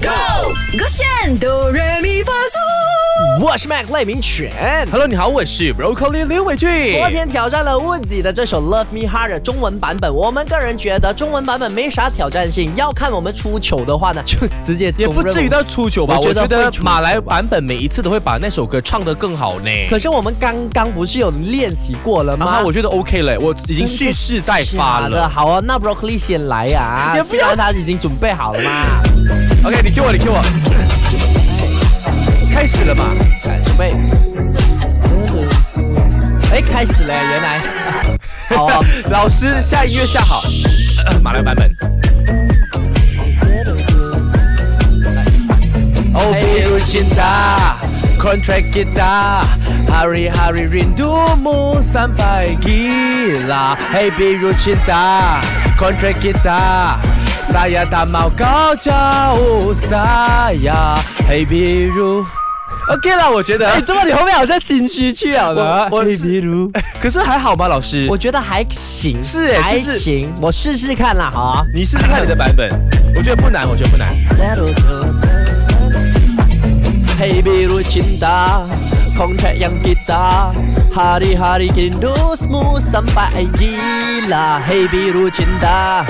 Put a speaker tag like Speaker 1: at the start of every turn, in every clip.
Speaker 1: Go，
Speaker 2: 勾选哆来咪发嗦。
Speaker 1: 我是 Mac 赖明全。
Speaker 3: Hello，你好，我是 Broccoli 刘伟俊。
Speaker 1: 昨天挑战了 w 己的这首《Love Me Hard》的中文版本，我们个人觉得中文版本没啥挑战性。要看我们出糗的话呢， 就直接
Speaker 3: 也不至于
Speaker 1: 的。
Speaker 3: 到出糗吧？
Speaker 1: 我
Speaker 3: 我
Speaker 1: 觉
Speaker 3: 觉
Speaker 1: 得会
Speaker 3: 得
Speaker 1: 出糗
Speaker 3: 马来版本每一次都会把那首歌唱得更好呢。
Speaker 1: 可是我们刚刚不是有练习过了
Speaker 3: 然
Speaker 1: 吗？
Speaker 3: 后啊我觉得 OK 了，我已
Speaker 1: 已
Speaker 3: 经蓄势待发
Speaker 1: 的
Speaker 3: 了。
Speaker 1: 好啊，那 Broccoli 先来啊，
Speaker 3: 也不要
Speaker 1: 既然他已经准备好了嘛。
Speaker 3: OK，你 Q 我，你 Q 我，开始了嘛？
Speaker 1: 准备。哎，开始了，原来。 好、啊，
Speaker 3: 老师下音乐下好，呃马来版本。Oh biru cinta, kontrak kita Hari-hari rindumu sampai gila Hey biru cinta, kontrak kita Saya tak mau kau jauh saya Hey biru OK 啦，我觉得。
Speaker 1: 哎，怎么你后面好像心虚去了呢？
Speaker 3: 我我是
Speaker 1: 比如，
Speaker 3: 可是还好吗，老师？
Speaker 1: 我觉得还行，
Speaker 3: 是哎
Speaker 1: 还
Speaker 3: 就是
Speaker 1: 行，我试试看啦，好啊。
Speaker 3: 你试试看你的版本，我觉得不难，我觉得不难。
Speaker 1: Hey biru cinta Kontrak yang kita Hari-hari rindu sampai gila Hey biru cinta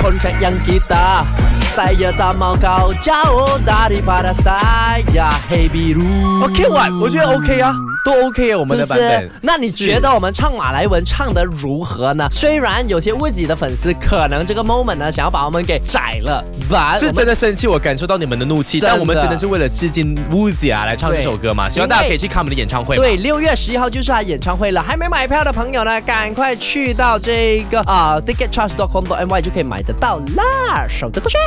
Speaker 1: Kontrak yang kita Saya tak mau kau jauh daripada saya Hey biru
Speaker 3: OK 我我觉得 OK 啊，都 OK 啊，我们
Speaker 1: 是
Speaker 3: 的
Speaker 1: 不
Speaker 3: 版本
Speaker 1: 是。？那你觉得我们唱马来文唱得如何呢？虽然有些误己的粉丝可能这个 moment 呢想要把我们给宰了，but
Speaker 3: 是
Speaker 1: 我们
Speaker 3: 真的生气，我感受到你们的怒气，
Speaker 1: 真的
Speaker 3: 但我们呃真的是为了致敬 Wuzi 啊来唱这首歌嘛，希望大家可以去看我们的演唱会。，
Speaker 1: 对，六月十一号就是他演唱会了，还没买票的朋友呢，赶快去到这个啊、ticketcharge.com.my 就可以买得到啦，守着歌炫。